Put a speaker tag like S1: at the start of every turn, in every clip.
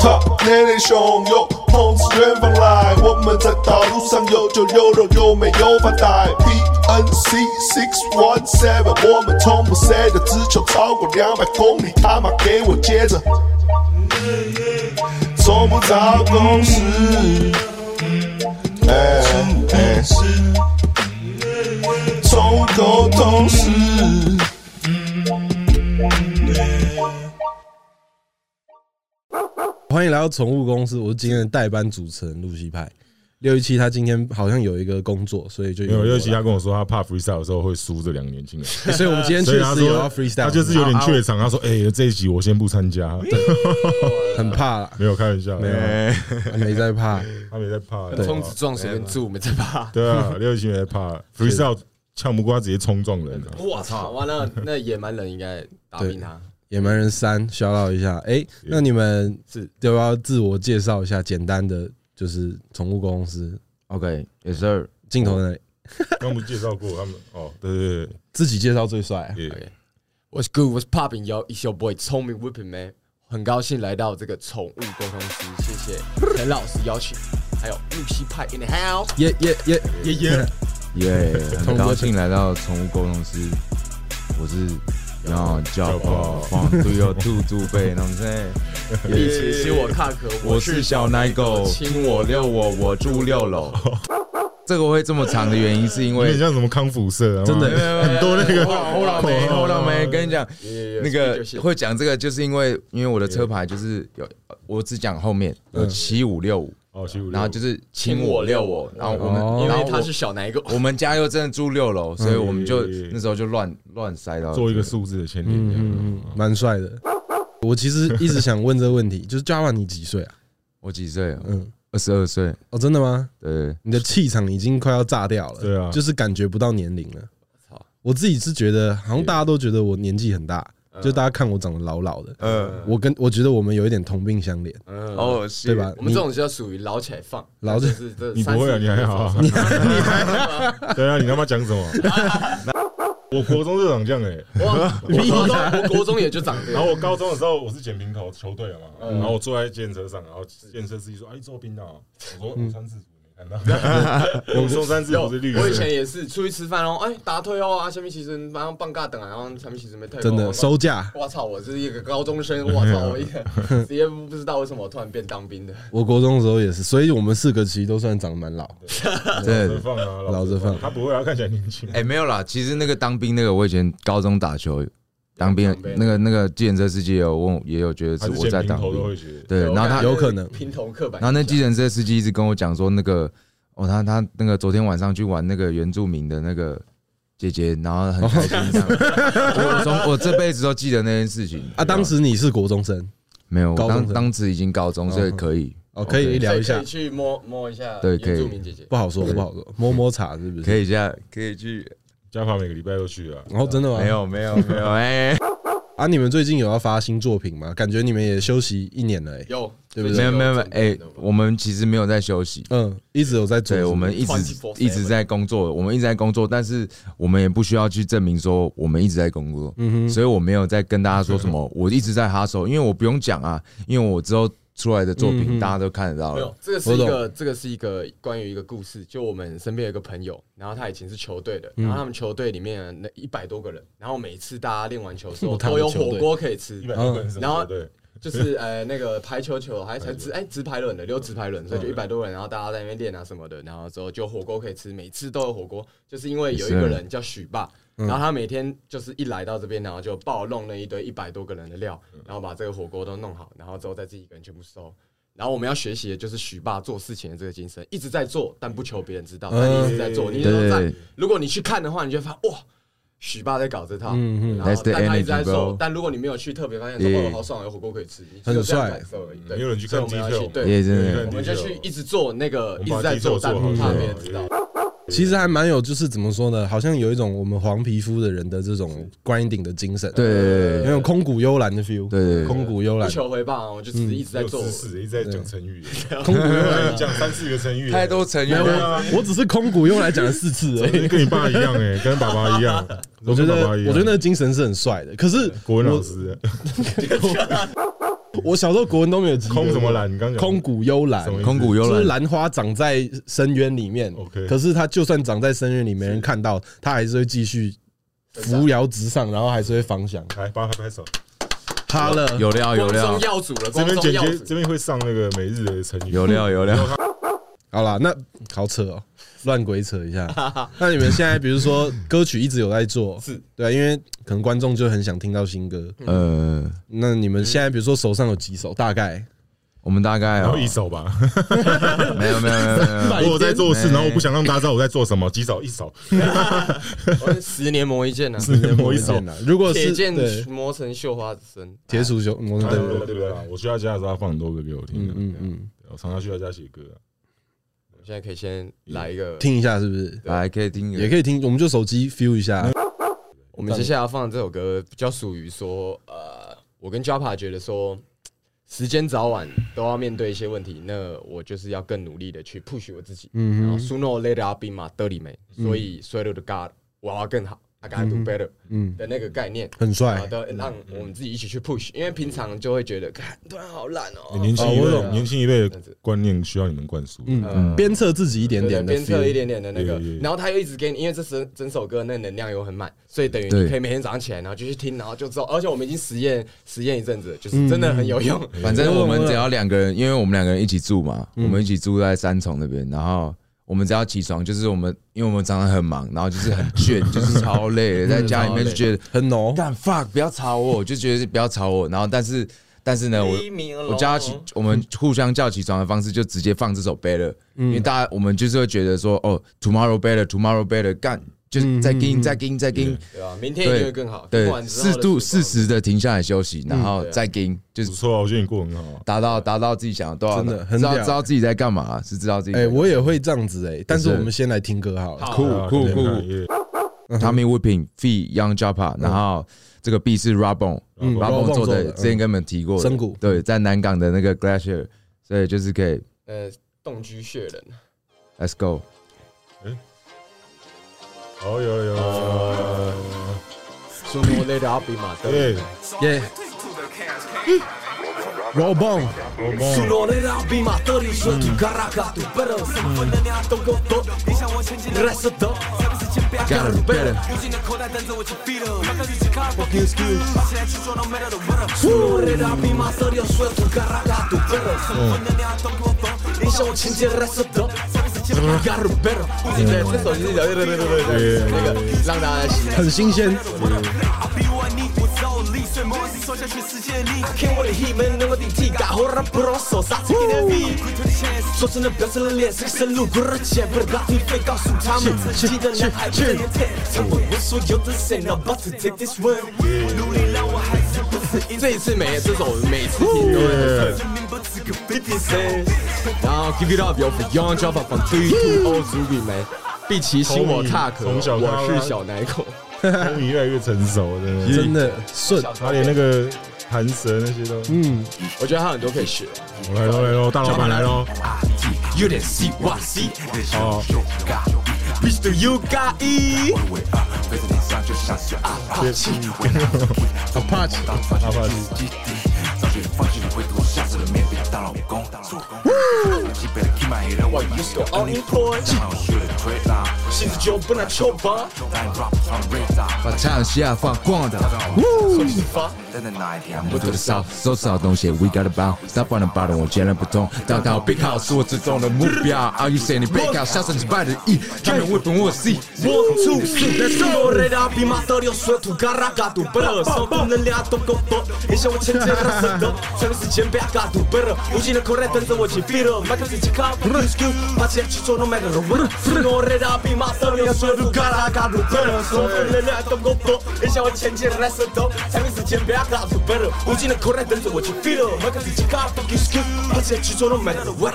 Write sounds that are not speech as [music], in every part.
S1: 操，年龄汹涌，梦自远方来。我们在道路上有酒有肉，又没有发呆。PNC six one seven，我们从不 s 的直球超过两百公里，他妈给我接着，从不找公式。哎哎，从不沟通时。
S2: 欢迎来到宠物公司，我是今天的代班主持人露西派。六一七他今天好像有一个工作，所以就
S3: 没有，
S2: 由我
S3: 尤其
S2: 来
S3: 他跟我说他怕 freestyle 的时候会输这两个年轻人，
S2: 欸所以我们今天 [laughs]
S3: 所
S2: 确
S3: 以他
S2: 实有要
S3: 说
S2: freestyle，
S3: 他就是有点怯场。他说：“哎，这一集我先不参加。”对，
S2: 很怕啦，
S3: [laughs] 没有开玩笑，
S2: 没有没在怕。
S3: 他没在怕，对
S4: 冲子撞谁跟柱没在怕。
S3: 对啊，六七没在怕 freestyle 呛木瓜直接冲撞人啊，
S4: 我操！哇，那那野蛮人应该打
S2: 对
S4: 赢他。
S2: 野蛮人三小老一下，哎，那你们
S4: 是
S2: 要不要自我介绍一下？简单的就是宠物公司
S5: OK，也是
S2: 镜头那里
S3: 刚不是介绍过他们哦，对对对
S2: 自己介绍最帅啊。
S3: 对也
S4: OK，我是 Good，我是 Popping 幺，一小 boy，聪明 Whipping man，很高兴来到这个宠物沟通师，谢谢陈老师邀请，还有露西派 in the house。
S2: 耶耶耶耶耶！
S5: 耶，
S2: 从
S5: 很高兴来到宠物沟通师，我是然后叫宝放都有兔兔背，那我们现在
S4: 一起吸我看可，
S5: 我是小奶狗，亲我遛我，我住六楼。这个会这么长的原因是因
S3: 有点
S5: [laughs] 为
S3: 像什么康复社啊，
S2: 真的
S3: 妈
S5: 很
S3: 多那个
S5: 我老梅，我老梅，跟你讲，那个
S4: 会
S5: 会讲这个，就是因为因为我的车牌就是有，我只讲后面有七五六五，
S3: 哦，七五六
S5: 然后就是亲我遛我，然后我
S2: 哦
S5: 们
S4: 因
S5: 然后
S4: 为
S5: 我
S4: 他是小奶狗，
S5: [laughs] 我们家又真的住六楼，所以我们就
S3: 嗯
S5: 那时候就乱乱塞到
S3: 做一个数字的牵连
S2: 嗯
S3: 这样。
S2: 嗯嗯，蛮帅的。我其实一直想问这个问题，就是 Java 你几岁啊？
S5: 我几岁？啊
S2: 嗯，
S5: 二十二岁。
S2: 哦，真的吗？
S5: 对，
S2: 你的气场已经快要炸掉了，
S3: 对啊
S2: 就是感觉不到年龄了
S4: 操。
S2: 我自己是觉得，好像大家都觉得我年纪很大，就大家看我长得老老的。
S5: 呃，
S2: 我跟我觉得我们有一点同病相怜，
S4: 嗯，
S5: 哦，
S2: 对吧？
S4: 我们这种就属于捞起来放，
S2: 捞起来
S4: 就是这
S3: 你不会啊，你还好
S2: [laughs]
S3: 啊，[laughs]
S4: 30
S3: 对啊，你他妈讲什么？我国中就长这样哎、
S4: 哇，我国中我国中也就长这
S3: 然 [laughs] 后
S4: 样，
S3: 我高中的时候我是捡平头球队的嘛，然后我坐在健车上，然后健车司机说：“哎，你做冰的啊？”我说：“我穿制服没看到。” [laughs] 我们说穿制服是绿
S4: 我以前
S3: 色。
S4: 也是出去吃饭哦，哎，打退哦啊，下面其实马上放尬等啊，然后下面其实没退哦，
S2: 真的
S4: 我
S2: 收假。
S4: 我操！我是一个高中生，我操！我一个直接不知道为什么我突然变当兵的。
S2: 我国中的时候也是，所以我们四个其实都算长得蛮老。
S5: 真
S3: 老着
S5: 的。
S3: 放啊，
S2: 老着放
S3: 他不会啊，他看起来年轻。
S5: 哎，没有啦，其实那个当兵那个，我以前高中打球当兵
S4: 当兵，
S5: 那个那个计程车司机也有问我，也有觉得
S3: 他
S5: 是
S3: 是
S5: 我
S3: 捡
S5: 在
S3: 平
S5: 当
S3: 头都
S5: 兵
S3: 会。觉得。
S5: 对，然后他
S4: 我看
S2: 有可能
S4: 平头刻板印象。
S5: 然后那计程车司机一直跟我讲说，那个哦，他他那个昨天晚上去玩那个原住民的那个姐姐，然后很开
S3: [laughs]
S5: 心这样。我从我这辈子都记得那件事情
S2: 啊，当时你是国中生
S5: 没有，
S2: 高中
S5: 我当
S2: 生
S5: 当时已经高中，所以可以
S2: 哦，可以聊一
S4: 所
S2: 下
S4: 以可以，去摸摸一下
S5: 对可以
S4: 原住民姐姐。
S2: 不好说，不好说，摸摸茶是不
S5: 可
S2: 是？
S5: 以这样，可以去。
S3: 加法每个礼拜都去啊，
S2: 然后真的吗？
S5: 没有没有
S2: [laughs]
S5: 没有，哎，
S2: 啊，你们最近有要发新作品吗？感觉你们也休息一年了、欸，
S4: 有
S2: 对不对
S5: 没有没有没有，哎
S4: 哎，，
S5: 我们其实没有在休息。
S2: 嗯，一直有在做
S5: 对，
S2: 是不是，
S5: 我们一直
S4: 24/7
S5: 一直在工作，我们一直在工作，但是我们也不需要去证明说我们一直在工作，
S2: 嗯
S5: 所以我没有在跟大家说什么，我一直在哈手，因为我不用讲啊，因为我之后出来的作
S2: 嗯
S5: 品大家都看得到
S4: 没
S5: 了
S4: 有，，这个是一
S2: 我
S4: 个，这个是一个关于一个故事。就我们身边有一个朋友，然后他以前是球队的，然后他们球队里面那一百多个人，然后每次大家练完球之后
S2: 他们
S4: 都有
S2: 球队
S4: 火锅可以吃
S3: 一，百多个人是
S4: 嗯然后
S3: 对，
S4: 就是呃那个排球球嗯还才直哎直排轮的溜直排轮，所以就一百多人，然后大家在那边练啊什么的，然后之后就火锅可以吃，每次都有火锅，就是因为有一个人叫许爸，然后他每天就是一来到这边，然后就暴弄那一堆一百多个人的料，然后把这个火锅都弄好，然后之后再自己一个人全部收。然后我们要学习的就是许爸做事情的这个精神，一直在做，但不求别人知道，但你一直在做，你一直都在
S5: 对。
S4: 如果你去看的话，你就会发现哇，许爸在搞这套，
S2: 嗯嗯
S4: 然后
S5: That's the
S4: 但他一直在
S5: energy,
S4: 瘦
S5: bro，
S4: 但如果你没有去特别发现说
S5: Yeah
S4: 哦好爽，有火锅可以吃，你只有
S2: 很帅
S4: 这样感受而已。对
S3: 没有人去看
S4: 所以我们要
S3: detail
S4: 去
S5: 也
S4: 对，
S5: 真
S3: 对
S5: 的
S4: 我们就去一直做那个
S3: 我
S4: 一
S3: 们把
S4: 直在做，
S3: detail
S4: 但
S3: 做好
S5: 嗯
S4: 不怕
S3: 对
S4: 别人知道。
S2: 其实还蛮有，就是怎么说呢，好像有一种我们黄皮肤的人的这种 grinding 的精神，，啊
S5: 对
S2: 有一种空谷幽兰的 feel，
S5: 对对对
S2: 空谷幽
S4: 不
S2: 兰，
S4: 求回报，我就只是一直在
S3: 嗯有
S4: 做
S3: 知。识，一直在讲成语，
S2: 空谷幽兰，
S3: 讲三四个成语，
S5: 太多成语
S2: 没有，啊
S5: 了，
S2: 我我只是空谷幽兰讲了四次而已。
S3: [laughs] 跟你爸一样哎，跟爸爸一样，
S2: 我觉
S3: 跟
S2: 得，
S3: 爸爸一
S2: 我
S3: 样
S2: 觉得那个精神是很帅的。可是
S3: 国文老师，
S2: 我小时候国文都没有及格
S3: 空什么兰？你刚讲
S2: 空谷幽兰
S3: 什，么意思
S5: 空谷幽
S2: 就是
S5: 兰，
S2: 兰花长在深渊里面。
S3: OK
S2: 可是它就算长在深渊里没人看到，它还是会继续扶摇直上，然后还是会方向。
S3: 来，帮他拍拍手。
S2: 哈了，
S5: 有料有
S4: 光宗
S5: 料
S4: 耀祖了，
S3: 这
S4: 光
S3: 边
S4: 宗
S3: 剪
S4: 耀
S3: 接，
S4: 祖
S3: 这。边会上那个每日的成语。
S5: 有料有料，
S2: 好啦，那好扯哦，乱鬼扯一下。那你们现在比如说歌曲一直有在
S3: [laughs]
S2: 做，
S4: 是
S2: 对啊，因为可能观众就很想听到新歌。
S5: 呃，
S2: 那你们现在比如说手上有几首，大概
S5: 我们大概
S3: 然
S5: 哦
S3: 后一首吧，
S5: 没有
S2: [laughs]
S5: 没有没有没有没有，
S3: 如果在做事， [laughs] 然后我不想让大家知道我在做什么，几首一首，
S4: 十年磨一剑
S5: [laughs]
S4: 呢，
S2: [laughs]
S3: 只 [laughs] 能摸一首。
S2: 呢？如果
S4: 铁
S2: 是
S4: 剑
S2: 对
S4: 磨成绣花针。
S2: 铁杵熊魔
S3: 哎对
S2: 嗯对
S3: 对对对，我去他家的时候，他放很多歌给我听
S2: 嗯
S3: 的。
S2: 嗯嗯，
S3: 对我常常去他家写歌啊，
S4: 我现在可以先来一个，
S2: 听一下是不是？
S5: 来可以听一
S2: 也
S5: 个，
S2: 可以听，我们就手机 feel 一下。
S4: 我们接下来要放的这首歌比较属于说，呃，我跟 Japa 觉得说，呃时间早晚都要面对一些问题，那我就是要更努力的去 push 我自己。
S2: 嗯
S4: 然后
S2: 哼
S4: sooner or later I'll be my dirty man，所以 swear to God，我要更好，I gotta do better
S2: 嗯，
S4: 的那个概念。
S2: 很帅
S4: 好。的，让我们自己一起去 push，因为平常就会觉得，看突然好烂哦，
S3: 你哎年轻一啊
S2: 我
S3: 辈，
S2: 懂
S3: 年轻一辈的观念需要你们灌输。
S2: 嗯，鞭策自己一点点的
S4: 对对鞭策
S2: feel
S4: 一点点的那个
S3: 对对，对
S4: 然后他又一直给你，因为这整整首歌那能量又很满，所以等于
S5: 对
S4: 你可以每天早上起来，然后就去听，然后就知道，而且我们已经实验实验一阵子，就是真的很有用。
S5: 反正我们只要两个人，因为我们两个人一起住嘛，
S2: 嗯
S5: 我们一起住在三重那边，然后我们只要起床，就是我们因为我们常常很忙，然后就是很倦，就是超累的，在家里面
S2: [laughs]
S5: 就觉得
S2: 很浓。
S5: 干 fuck，不要吵我，就觉得不要吵我，然后但是但
S2: 哎
S5: 是呢，我
S4: 黎明了
S5: 我叫他起，我们互相叫起床的方式就直接放这首 Better，因
S2: 嗯
S5: 为大家我们就是会觉得说哦，Tomorrow Better，Tomorrow Better，干就是再
S2: 嗯嗯
S5: 跟
S2: 嗯
S5: 再跟再跟，
S4: 对吧？明天一定会
S5: 对
S4: 更好。过
S5: 对，
S4: 完之后
S5: 适
S4: 的
S5: 度
S4: 时光
S5: 适时的停下来休
S2: 嗯
S5: 息，然
S4: 啊
S5: 后再跟就是
S3: 不错啊，我觉得你过得很好啊。
S5: 达到达到自己想要多少，
S2: 真的很
S5: 知道
S2: 屌
S5: 知道自己在干嘛，是知道自己。
S2: 哎，我也会这样子哎，但是我们先来听歌好了。
S4: 好
S5: 酷
S3: 对啊
S5: 酷
S3: 对啊
S5: 酷
S3: 也
S5: ，Tommy Whipping Fee Young Japa，然后这个 B 是 Rabon
S2: 嗯 Rabon
S5: Rabon 做
S2: 嗯做
S5: 的
S2: 的，
S5: 之前跟你们提过的
S2: 深谷
S5: 对，在南港的那个 Glacier，所以就是可以
S4: 呃，动居血人，
S5: Let's go，
S3: 哦有有有有，
S4: 说莫雷的阿比马德，
S3: 对，
S2: 耶 r o b o n
S3: 哦
S6: Sooner or later I'll be my 30 Swear to God I got to better 身份能量都够多你想我前进的 rest 的才不是前辈 I gotta do better 无尽的口袋等着我去 feed 不要看自己 car 我 give you 拔起来去做 no matter the weather Sooner or later I'll be my 30 Swear to God I got to better 身份能量都够多你想我前进的 rest 的才不是前辈 I gotta do better 无尽的
S4: 对，这首就是聊对对对对对，那个让大家洗脑。
S2: 很新鲜。
S6: I'll be what I need，我只要有力，所以没问题，说下去世界力。看我的 heat，没人能够顶替。打后让不让我手刹，给点力。说真的，不要吃了脸，这个生路不热钱，不拉低费，告诉他们自己的男孩不能退。成为我所有的 say n o b o t to take this one。努力让我还是不是赢，
S4: 这一次每这首每次听都会。
S6: 证明不止个 fifty cent。
S4: 然后 Give It Up 有 Beyond Java from Three to Old Zubi 没？毕其心我踏壳，
S3: 嗯从小
S4: 我是小奶狗。
S3: 终于越来越成熟，真的。
S2: 真的顺，
S3: 他连那个弹舌那些都，嗯，
S4: 我觉得他很多可以学。
S3: 我来喽来喽，大老板来喽，
S6: 有点 C Y C，
S3: 哦，
S6: 必须得有尬
S4: E
S6: 意。
S3: 阿爸，
S6: 我 used to own it for 薪资就不能抽吧，
S5: 把唱下放光的。我做的少，收拾好东西，We got a bound。Stop on the bottom，我截然不同。大到 Big House 是我最终的目标。Are you saying Big House？下身击败的 E，他们会粉我 C。
S6: One two three，let's go。热到比马特六水土嘎啦嘎嘟贝勒，双方能量都够多，影响我前进的舌头，才能是前辈嘎嘟贝勒，无尽的口袋等着我去 feed 麦克自己靠不住 skill，爬起来去做 no matter what。我热到比马特六水土嘎啦嘎嘟贝勒，双方能量都够多，影响我前进的舌头，才能是前辈嘎嘟贝勒，无尽的口袋等着我去 feed 麦克自己靠不住 skill，爬起来去做 no matter what。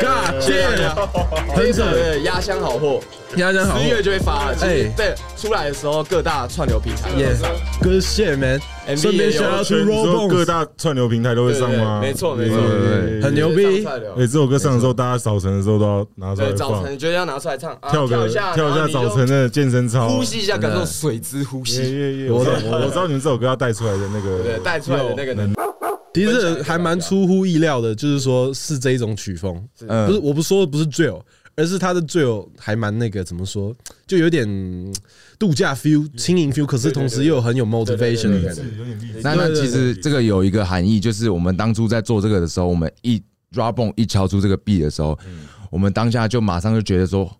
S4: God damn！这一首的压箱好货，
S2: 大家好
S4: 十一月就会发了。哎
S2: 哦哎，
S4: 对，出来的时候各大串流平台
S2: ，Yeah，good shit man，
S4: MV
S2: 顺便
S4: 也有
S2: shout out to
S3: 全洲各
S2: Robones，
S3: 大串流平台都会
S4: 对对
S3: 上吗？
S4: 对没错没
S3: 对
S4: 错，
S5: 对
S2: 很牛
S4: 就是
S2: 逼
S4: 上，串流
S3: 哎，这首歌上的时候，大家早晨的时候都要拿出来
S4: 对，早
S3: 放，
S4: 晨就要拿出来唱，啊
S3: 哎跳个
S4: 一下，
S3: 跳一下
S4: 然后你就
S3: 早晨的健身操，
S4: 呼吸一下，感受水之呼
S3: 耶
S4: 吸，
S3: 耶耶！我知道我知道你们这首歌要带出来的那
S4: 对，
S3: 个，
S4: 带出来的那个能量，
S2: 其实还蛮出乎意料的，就是说是这一种曲风，
S5: 嗯
S2: 不是我不说不是 drill，而是他的 drill 还蛮那个怎么说，就有点嗯度假 feel、轻
S3: 嗯
S2: 盈 feel，可是同时又很有 motivation 的感觉。
S3: 有点励志
S5: 那那
S2: 对对
S5: 其实这个有一个含义，就是我们当初在做这个的时候，我们一 r a b o n 一敲出这个 B 的时候，我们当下就马上就觉得说，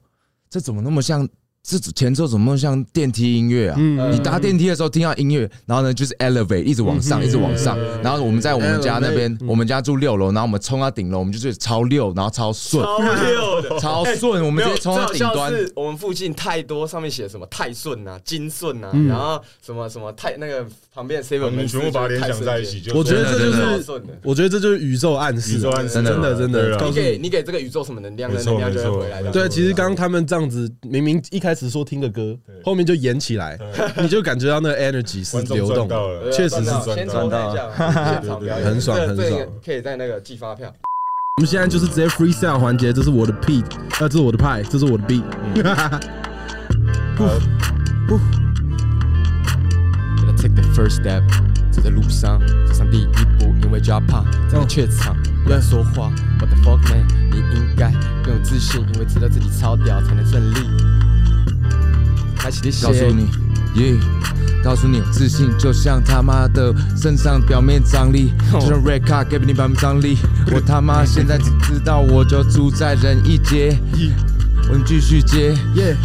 S5: 这怎么那么像？这前奏怎么那么像电梯音乐啊？
S2: 嗯
S3: 嗯
S5: 你搭电梯的时候听到音乐，然后呢就是 elevate 一直往
S4: 嗯
S5: 上，一直往上。然后我们在我们家那边，我们家住六楼，然后我们冲到顶楼，我们就觉得超溜，然后超顺，
S4: 超溜 [laughs] 的。
S5: 超顺，我
S4: 哎没
S5: 们直
S4: 有，最
S5: 接冲到
S4: 好
S5: 顶
S4: 笑
S5: 端。
S4: 是我们附近太多，上面写什么泰顺呐、金顺呐、
S2: 嗯
S4: 然后什么什么泰那个旁边的 seven，
S3: 你们全部把它联想在一起，。就
S2: 我觉得这就
S5: 对
S4: 对对
S2: 是
S4: 对，
S2: 我觉得这就是宇宙暗示啊，
S3: 宇宙暗示
S2: 真的
S3: 啊
S2: 真的
S3: 对啊
S2: 告
S4: 你
S2: 诉你
S4: 给你给这个宇宙什么能量，
S3: 没
S4: 那
S3: 错
S4: 能量就
S3: 没
S4: 会
S3: 错
S4: 回来
S3: 没
S4: 的。
S3: 错
S2: 对，啊其实刚刚他们这样子，明明一开始说听个歌，后面就演起来，你就感觉到那个 energy 是
S3: 观众
S2: 流动
S3: 赚到
S2: 的，
S3: 了，
S2: 确实是赚
S4: 先
S3: 赚
S4: 抽
S3: 到。
S4: 看一下现场表演，
S2: 很爽
S4: 这
S2: 很
S4: 这
S2: 爽
S4: 个可以在那个寄发票。
S2: 我们现在就是直接 freestyle 环节，这是我的 P，呃，这是我的派，这是我的 B。
S6: Gotta take the first step，走在路上，走上第一步，因为就要怕站在怯场，不敢说话。What the fuck man，你应该更有自信，因为知道自己超屌才能胜利。开启的
S5: 告诉
S6: 鞋，
S5: 你，耶、告诉你，自信就像他妈的身上表面张力，
S4: 哦
S5: 就像 red car 给你表面张力。我他妈现在只知道，我就住在仁义街。我们继续接，耶、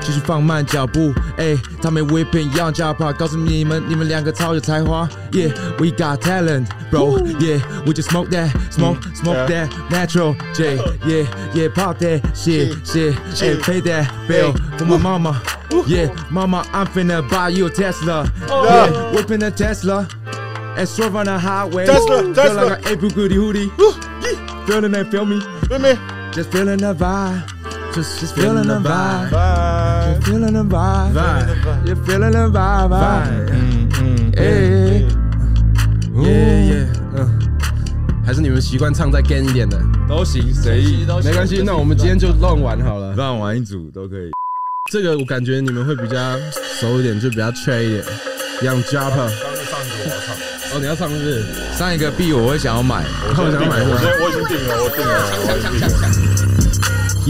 S5: 继续放慢脚步，哎，他们 whipping 一样就要跑。告诉你们，你们两个超有才华，Yeah，we got talent, bro, yeah，we just smoke that, smoke,
S3: Mm
S5: smoke that natural, J, yeah, yeah, pop that shit, shit, and pay that bill for my mama, yeah, mama, I'm finna buy you a Tesla,
S3: Oh
S5: yeah, whipping a Tesla. And swerve on the highway.
S3: Tesla,
S5: Feel
S3: Tesla.
S5: like an April Goody Hootie. Feeling that, feel me? Just feeling the vibe. Just, just feeling the vibe. Just feeling the vibe.
S2: Vibe.
S5: You're feeling the vibe. vibe.
S3: 嗯嗯，
S5: Hey,
S2: 耶耶，
S3: 哦
S2: 嗯，还是你们习惯唱再 gan 一点的，
S5: 都行，随意，
S2: 没关系。那我们今天就乱玩好了。
S5: 乱玩一组都可以。
S2: 这个我感觉你们会比较熟一点，就比较 c h 一点。Young Japa，
S3: 刚上一个我唱，
S2: 哦，你要唱是不是？哦
S5: 上一个币我会想要买，
S2: 看我想买什
S3: 我
S2: 么？
S3: 我已经定了，我定了，我已经定了，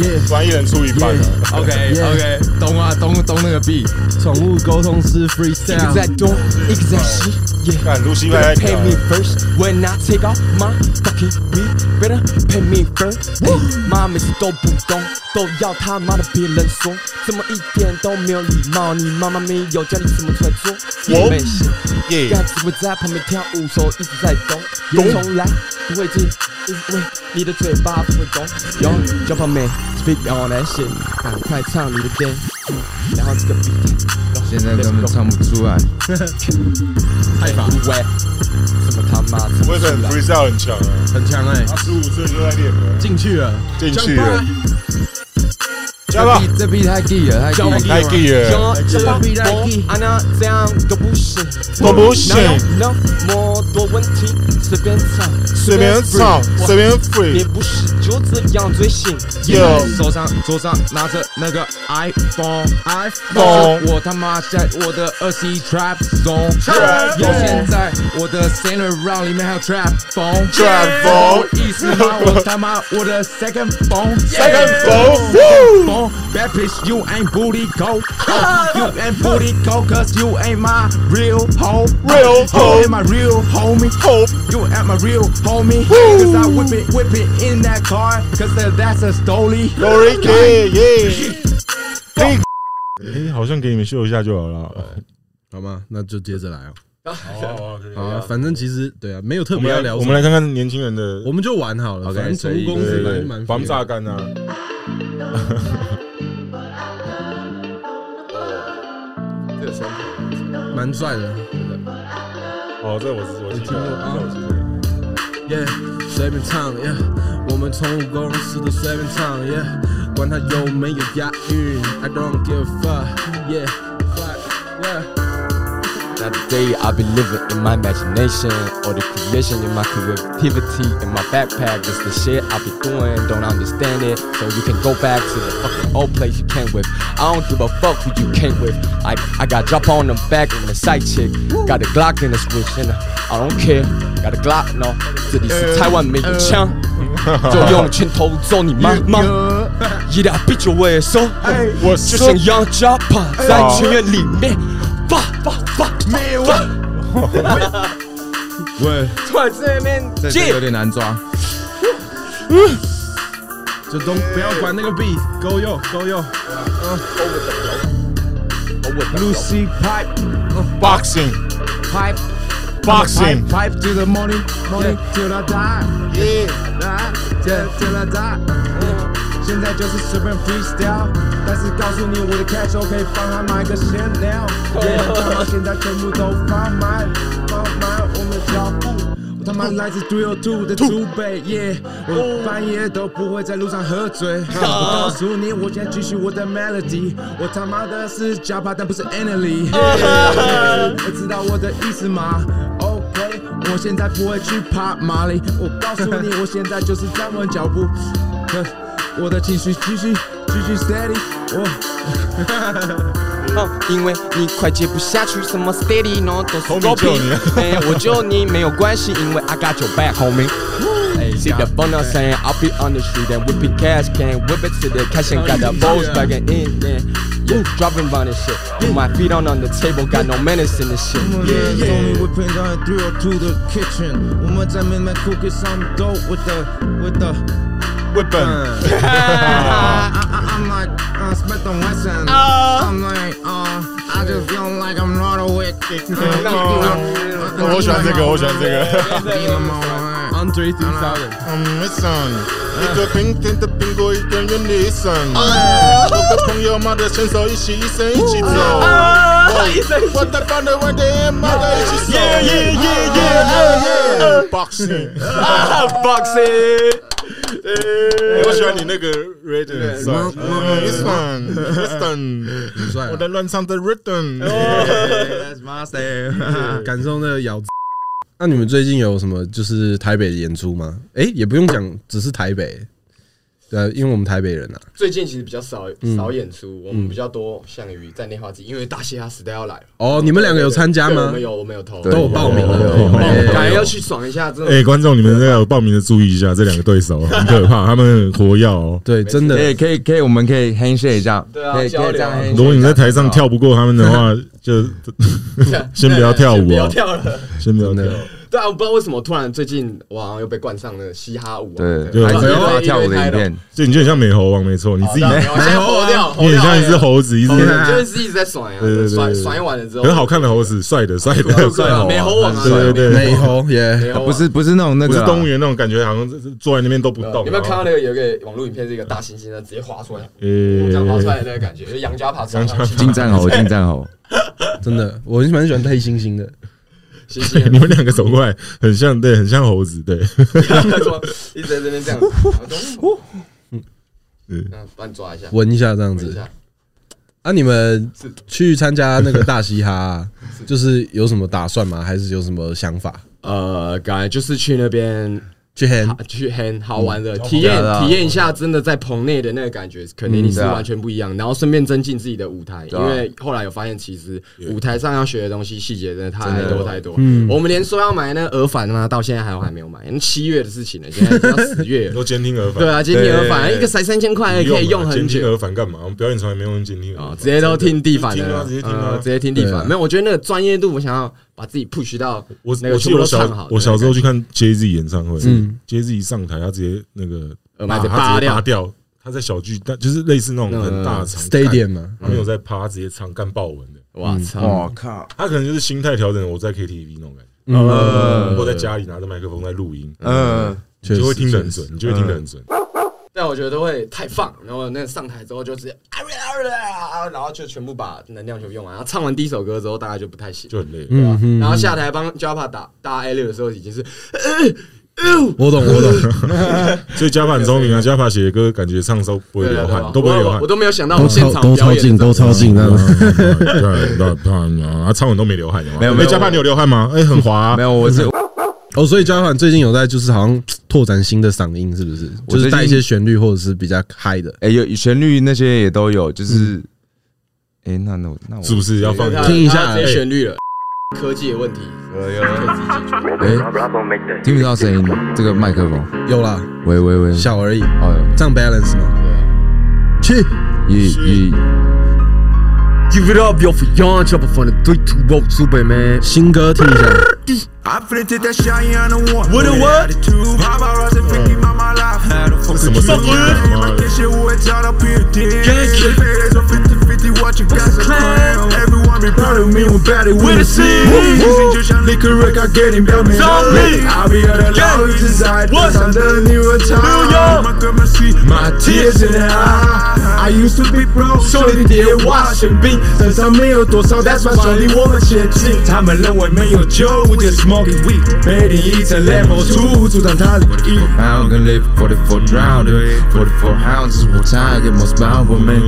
S2: 耶，
S3: 不然一人出一半了。
S5: OK OK，东啊东东那个币，
S2: 宠物沟通师
S6: 一个
S2: freestyle
S6: 在。东，一个在西。Yeah.
S3: 看卢西白
S6: Better pay me first when I take off my fucking weed. Better pay me first。妈每次都不懂，都要他妈的别人说，怎么一点都没有礼貌？你妈妈没有教你怎么出来做？
S3: 我
S6: 没事，
S3: 耶
S6: 但只会在旁边跳舞，手一直在动，从来不会进。因为你的嘴巴不会动。Yo, jump on me, speak on that shit，赶快唱你的 dance，然后这个 beat，
S5: 现在根本唱不出来。
S6: 太烦。喂，什么他妈唱不
S3: 我也是很
S6: 出来？
S3: freestyle 很强啊，
S2: 很强哎，
S3: 他十五岁就在练了，
S2: 进去了，
S3: 进去了，加吧
S5: 这，币这币太 gay 了，太 gay 了。
S3: 太 g 了，
S6: 要这样我啊那这样都不行，
S3: 都不行
S6: 哪有那么多问题，随便唱，
S3: 随便唱，随便
S6: 你
S3: free，
S6: 不是就这样最行？
S3: 有
S5: 手上桌上拿着那个 iPhone。
S3: 懂
S5: 我他妈在我的二十一 trap zone，
S3: Trap
S5: 有
S3: zone
S5: 现在我的 center round 里面还有 trap phone。
S3: Trap
S5: 我
S3: phone
S5: 意思吗？我他妈我的 second phone。
S3: Second phone
S5: Second phone。Bad bitch you ain't booty go。You ain't booty go cause you ain't my real hoe。
S3: Real hoe
S5: You ain't my real homie。
S3: hope
S5: You ain't my real homie. Cause I whip it whip it in that car cause that's a stoley。
S3: glory k 耶。哎，好像给你们秀一下就好了。
S2: 好吗？那就接着来哦。
S3: 好，
S2: 好啊，反正其实对啊，没有特
S3: 我
S2: 别
S3: 们
S2: 要
S3: 来，
S2: 聊什么。
S3: 我们来看看年轻人的
S2: 我们就玩好了。
S5: OK，
S2: 反正宠物公司
S5: 随
S2: 蛮
S3: 对
S5: 意
S2: 蛮
S3: 对
S2: 蛮
S3: 防
S2: 废的
S3: 榨干啊，
S4: 这个声音
S2: 蛮帅的。
S3: 哦，这我是我记
S2: 听过
S3: 得，
S2: 啊
S3: 这我记得。
S7: 耶，随便唱耶，我们从无公司的随便唱耶，管它有没有押韵，I don't give a fuck，耶，fuck yeah。
S6: Now today I've been living in my imagination, all the creation in my creativity in my backpack. It's the shit I be doing, don't understand it. So you can go back to the fucking old place you came with. I don't give a fuck who you came with. I I got drop on the back and a side chick, got a Glock in the switch, and I don't care. Got a Glock, no. 这里是台湾没有枪，就用拳头揍你妈妈。
S2: 呃
S6: 一大bitch 我也收，
S3: Eh,
S2: 哎
S6: 我就像杨家趴在庭院里面，发发发。
S5: 没喂喂，
S6: 突然这边
S5: 这这有点难抓。
S2: 就都不要管那个 beat，Go yo，Go yo。
S5: Lucy pipe
S3: Boxing
S5: pipe
S3: Boxing
S5: pipe to the morning morning till I die yeah till till I die。现在就是随便 freestyle，但是告诉你我的 cash 可以帮他买个闲聊。Yeah，现在全部都贩卖，贩卖我们的脚步。我他妈来自 t h r e 的祖北，Yeah，我半夜都不会在路上喝醉。我告诉你，我现在继续我的 melody，我他妈的是 Java，但不是 Annaly。知道我的意思吗？OK，我现在不会去怕马里。我告诉你，我现在就是站稳脚步。呵我的情绪继续继续 steady，我。
S6: 嗯，因为你快接不下去，什么 steady no 都是
S3: Homie，救你
S6: 哎，我救你没有关系，因为 I got your back, homie. See the phone I'm saying I'll be on the street and whipping cash can whip it to the cash and got the balls back and in there. Yeah, dropping round and shit. Put my feet on on the table, got no menace in this shit.
S7: 我们的终于会陪到 three or two 的 kitchen，我们在 midnight cooking some dope with the with the
S2: 哎
S3: Weapon
S7: I, I, I'm like uh, Smith and Wesson. I'm like uh, I just feel like I'm not awake. Uh, uh, uh,
S3: 我喜欢这个我喜欢这个
S7: I'm alright.
S2: Andre t h o
S3: I'm missing
S2: 哎
S3: 一个冰天的苹果，一根原理一生。
S2: 哎
S3: 我的朋友，妈的，牵手一起一生一起走。
S2: 哎
S3: 我的班的晚点，妈的，一起走。Boxing，
S6: Boxing.
S3: 我喜欢你那个 rhythm，Missing Missing，
S2: 帅啊
S3: 我在乱唱的 rhythm。
S7: That's my style.
S2: [laughs] 感受那个咬字。那你们最近有什么就是台北的演出吗？哎，也不用讲，只是台北。对啊，因为我们台北人啊，
S4: 最近其实比较少少演出，我们比较多像于在内化自己，因为大嘻哈时代要来了。
S2: 哦，你们两个有参加
S4: 对我
S2: 吗
S4: 们？有，我们有投，
S2: 都有报名了，
S4: 感觉要去爽一下，真
S3: 哎，
S4: 的。
S3: 观众，你们这个有报名的注意一下，这两个对手很可怕，他们很活跃哦。
S2: 对，真的
S5: 可以可以可以，我们可以 handshake 一下，
S4: 对啊
S5: 可以可
S4: 交
S5: 以这
S4: 流
S5: 样
S4: 啊
S5: handshake 一下。
S3: 如果你在台上跳不过他们的话，就先不要跳舞
S4: 不要
S3: 哦，
S4: 跳了。 [laughs]
S3: 先不要
S2: 真
S3: 跳。
S2: 的。
S4: 对啊，我不知道为什么突然最近我好像又被冠上了嘻哈舞王。啊
S5: 对，
S3: 对
S5: 还是
S3: 哎呦
S5: 发跳舞的影片，
S3: 就你就很像美猴王，没啊错，你自己，
S4: 啊
S3: [laughs]
S4: 没有，现在活掉，
S3: 你很像一只
S4: 猴
S3: 猴子，一
S4: 掉，
S3: 只
S4: 就是自己在甩啊，
S3: 对对对
S4: 甩
S3: 对
S4: 甩完了之后，
S3: 很好看的猴子，帅的帅的，
S4: 对啊，美猴王啊，
S2: 哎
S3: 对对对
S2: 美 [laughs] 猴耶，
S4: 美猴王
S5: 啊不是不是那种那
S3: 不
S5: 个
S3: 是
S5: 啊
S3: 动物园那种感觉，好像是坐在那边都不啊
S4: 对
S3: 动。
S4: 有没有看到
S3: 然后？
S4: 那个有一个网络影片，是一个大猩猩，它直接滑出来，这样滑出
S3: 呃，
S4: 来的那个感觉，就是杨家爬上去，
S5: 金战猴，金战猴，
S2: 真的，我很蛮喜欢黑猩猩的。
S4: 猩 [laughs] 猩
S3: 你们两个走过来，很像，对，很像猴子，对，
S4: 他说一直在这边这样，
S3: [laughs]
S4: 嗯，那帮你抓一下，
S2: 闻一下这样
S4: 闻一
S2: 子
S4: 下。
S2: 啊，你们
S4: 是
S2: 去参加那个大嘻哈啊， [laughs] 就是有什么打算吗？还是有什么想法？
S4: 呃，感觉就是去那边
S2: 去 hand
S4: 啊去很好玩
S3: 嗯
S4: 的体验
S5: 对啊，
S4: 体验一下真的在棚内的那个感觉，肯定你是完全不一样。然后顺便增进自己的舞台，因
S5: 啊
S4: 为后来有发现，其实舞台上要学的东西细节真的太多太多。
S2: 嗯
S4: 我们连说要买那个耳返嘛，到现在还有还没有买，那七月的事情了，现在已经要十
S3: [laughs]
S4: 月了。
S3: 都监听耳返。
S4: 对啊，监听耳返
S3: 对
S4: 一个才三千块，
S3: 不用啊
S4: 可以用很
S3: 监听
S4: 久。
S3: 耳返干嘛？我们表演从来没用监听耳
S4: 啊
S3: 返，
S4: 直接都听地板
S3: 听
S4: 的
S3: 啊，
S4: 了，
S3: 直接听
S4: 呃
S3: 啊
S4: 直。接听地
S2: 对啊
S4: 板。没有，我觉得那个专业度，我想要把自己 push 到
S3: 我
S4: 那
S3: 我
S4: 个
S3: 记得
S4: 全
S3: 我
S4: 部都唱
S3: 小
S4: 好。
S3: 我小时候去看 Jay Z 演唱会，Jay Z 一上台，他直接那个
S4: 嗯耳麦直接
S3: 把他直接
S4: 拔掉嗯
S3: 拔掉，他在小巨蛋，就是类似那种很大的场
S2: stadium 嘛，
S3: 他没有在趴，他直接唱干爆文的。
S4: 哇操！
S5: 我靠，
S3: 他可能就是心态调整，我在 KTV 那种感
S4: 嗯
S3: 觉，哦
S5: 呃
S3: 或在家里拿着麦克风在录音，
S4: 嗯
S5: 呃，
S3: 你
S2: 确
S3: 就会
S2: 实
S3: 听得很准，你就会听得很准。
S4: 但我觉得都会太放，然后那个上台之后就直接啊啊啊，然后就全部把能量全部用完。然后唱完第一首歌之后，大概就不太行，
S3: 就很累。
S4: 对吧？然后下台帮 Japa 打打 A 六的时候，已经是呃
S2: 我懂，我懂。 [laughs]
S3: 所以加法很聪明啊，加法写的歌感觉唱的时候不会流汗，都不会流汗
S4: 啊我。都没有想到
S2: 都
S4: 我现
S2: 超
S4: 场
S2: 都
S4: 表
S2: 超
S4: 演
S2: 近，
S4: 的
S2: 都超
S3: 嗯
S2: 近，那种
S3: 对，那他唱完都没流汗，
S5: 没有没有
S3: 哎加法你有流汗吗？哎，很滑啊
S5: 没。有，我是
S2: 哦，所以交换最近有在就是好像拓展新的嗓音，是不是？
S5: 我
S2: 就
S5: 最近
S2: 是带一些旋律或者是比较嗨的。
S5: 哎、有旋律那些也都有，就是哎、那那我那我
S3: 嗯是不是要放
S4: 对？他
S2: 听一下
S4: 他
S3: 哎
S4: 直接旋律了。科技的问题，有有科技解决。
S5: 哎、听不到声音，这个麦克风，
S2: 有啦，
S5: 喂喂喂，
S2: 小而已，
S5: 哦，
S2: 这样 balance 吗？去，
S5: 一一
S7: Give it up, yo, for yawn, chopper from the 3 2 roll, super man.
S2: 新歌听一下。
S8: I finna take that shot, you on the one.
S6: With a what? Oh,
S8: Attitude, Paparazzi freaky, my my life. Had a fucking
S3: Some of
S8: kid.
S3: them are
S8: Like that shit with y'all up here, dead.
S6: Gang shit.
S8: Players on 50-50, watch you guys are clown. Everyone be proud of me when bad it
S6: With a
S8: with
S6: C.
S8: Using just your liquor, Rick, I get him down.
S6: Zombie.
S8: I'll be at a
S6: Gang.
S8: loud desire.
S6: What?
S8: I'm the new
S6: New York.
S8: My girl, my sweet, my tears in her eye. I used to be broke, so they did watch and beat. 身上没有多少，That's why 兄弟我们前进。他们认为没有酒，我就是 smoking weed。每天一层 level two，阻挡他的意。
S5: pound can live forty four drowned forty four ounces，我 tiger most powerful man，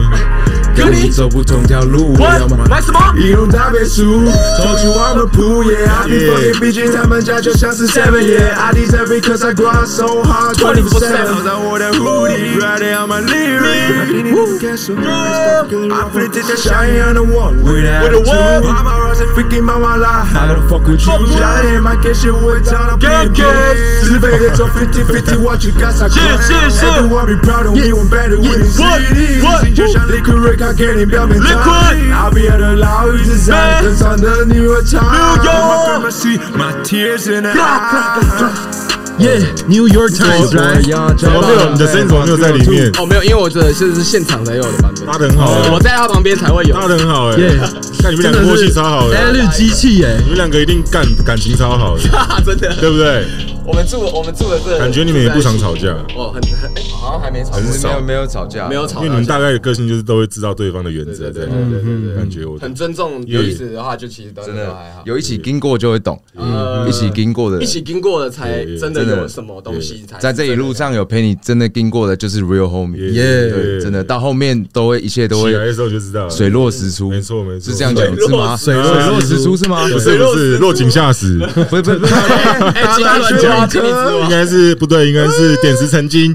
S5: 跟你走不同条路，我要
S6: What？
S5: 买。
S6: 买什么？
S8: 一用大别墅，Told you I'm a pool, yeah I be fucking bitches，他们家就像是 seven, yeah I deserve it cause I grind so hard 24/7。在我的 hoodie, riding on my lyric。I put it to shine on the one with that
S6: With a what?
S8: Paparazzi freaking my my life. I don't fuck with you. Shot in my cash, shit with all the
S6: Gang,
S8: people.
S6: gang.
S8: Elevated to 50 50, what you got, I
S6: Yeah, yeah, yeah.
S8: Everyone be proud of me when better with the
S6: What?
S8: CDs.
S6: What?
S8: Since you shot liquor, Rick, I get it, baby.
S6: Liquid.
S8: I'll be at the loudest
S6: Man.
S8: cause on the New York Times.
S6: New York.
S8: My grandma see my tears in her eyes.
S2: Yeah，New York Times，来，
S3: 怎么没有？你的声音怎么没有在里面？
S4: 哦，没有，因为我这是是现场才有的版本，
S3: 搭的很好啊，
S4: 我在他旁边才会有。
S3: 搭的很好哎。
S2: 耶，
S3: 看你们两个默契超好的，
S2: 哎，绿机器耶，
S3: 你们两个一定干感情超好的，
S4: [laughs] 真的，
S3: 对不对？
S4: 我们住我们住的这，
S3: 感觉你们也不常吵架，
S4: 哦，很很哎好像还没吵过，
S3: 很
S5: 没有
S3: 少，
S5: 没有吵架，
S4: 没有
S3: 因
S4: 吵
S3: 为
S4: 到架，
S3: 你们大概的个性就是都会知道对方的原
S4: 对
S3: 则
S4: 对
S3: 这
S4: 对
S3: 样。
S4: 对对对对，
S3: 感觉我
S4: 很尊重有意思的话，就其实都
S5: 真
S4: 都还
S5: 的
S4: 哎好。
S5: 有一起经过就会懂，
S4: 呃
S5: 一起经过的人
S4: 一起经过的才
S3: 对
S4: 真的
S5: 真的
S4: 有什么东西才
S5: 在这一路上有陪你真的经过的，就是 real homie，
S2: 耶
S5: 对，真的到后面都会一切都
S3: 起来
S5: 会
S3: 的时候就知道了，
S5: 水落石出，
S3: 没错没错，
S5: 是这样讲
S4: 水落
S5: 是吗？
S4: 石
S5: 水
S2: 出
S5: 落石出是吗？
S3: 不是不是落井下石，
S5: 不是不是不是，
S4: 哎，今天乱讲，请你吃
S3: 应
S4: 我。
S3: 该是不对，应该是点石成
S5: [laughs]
S3: 金，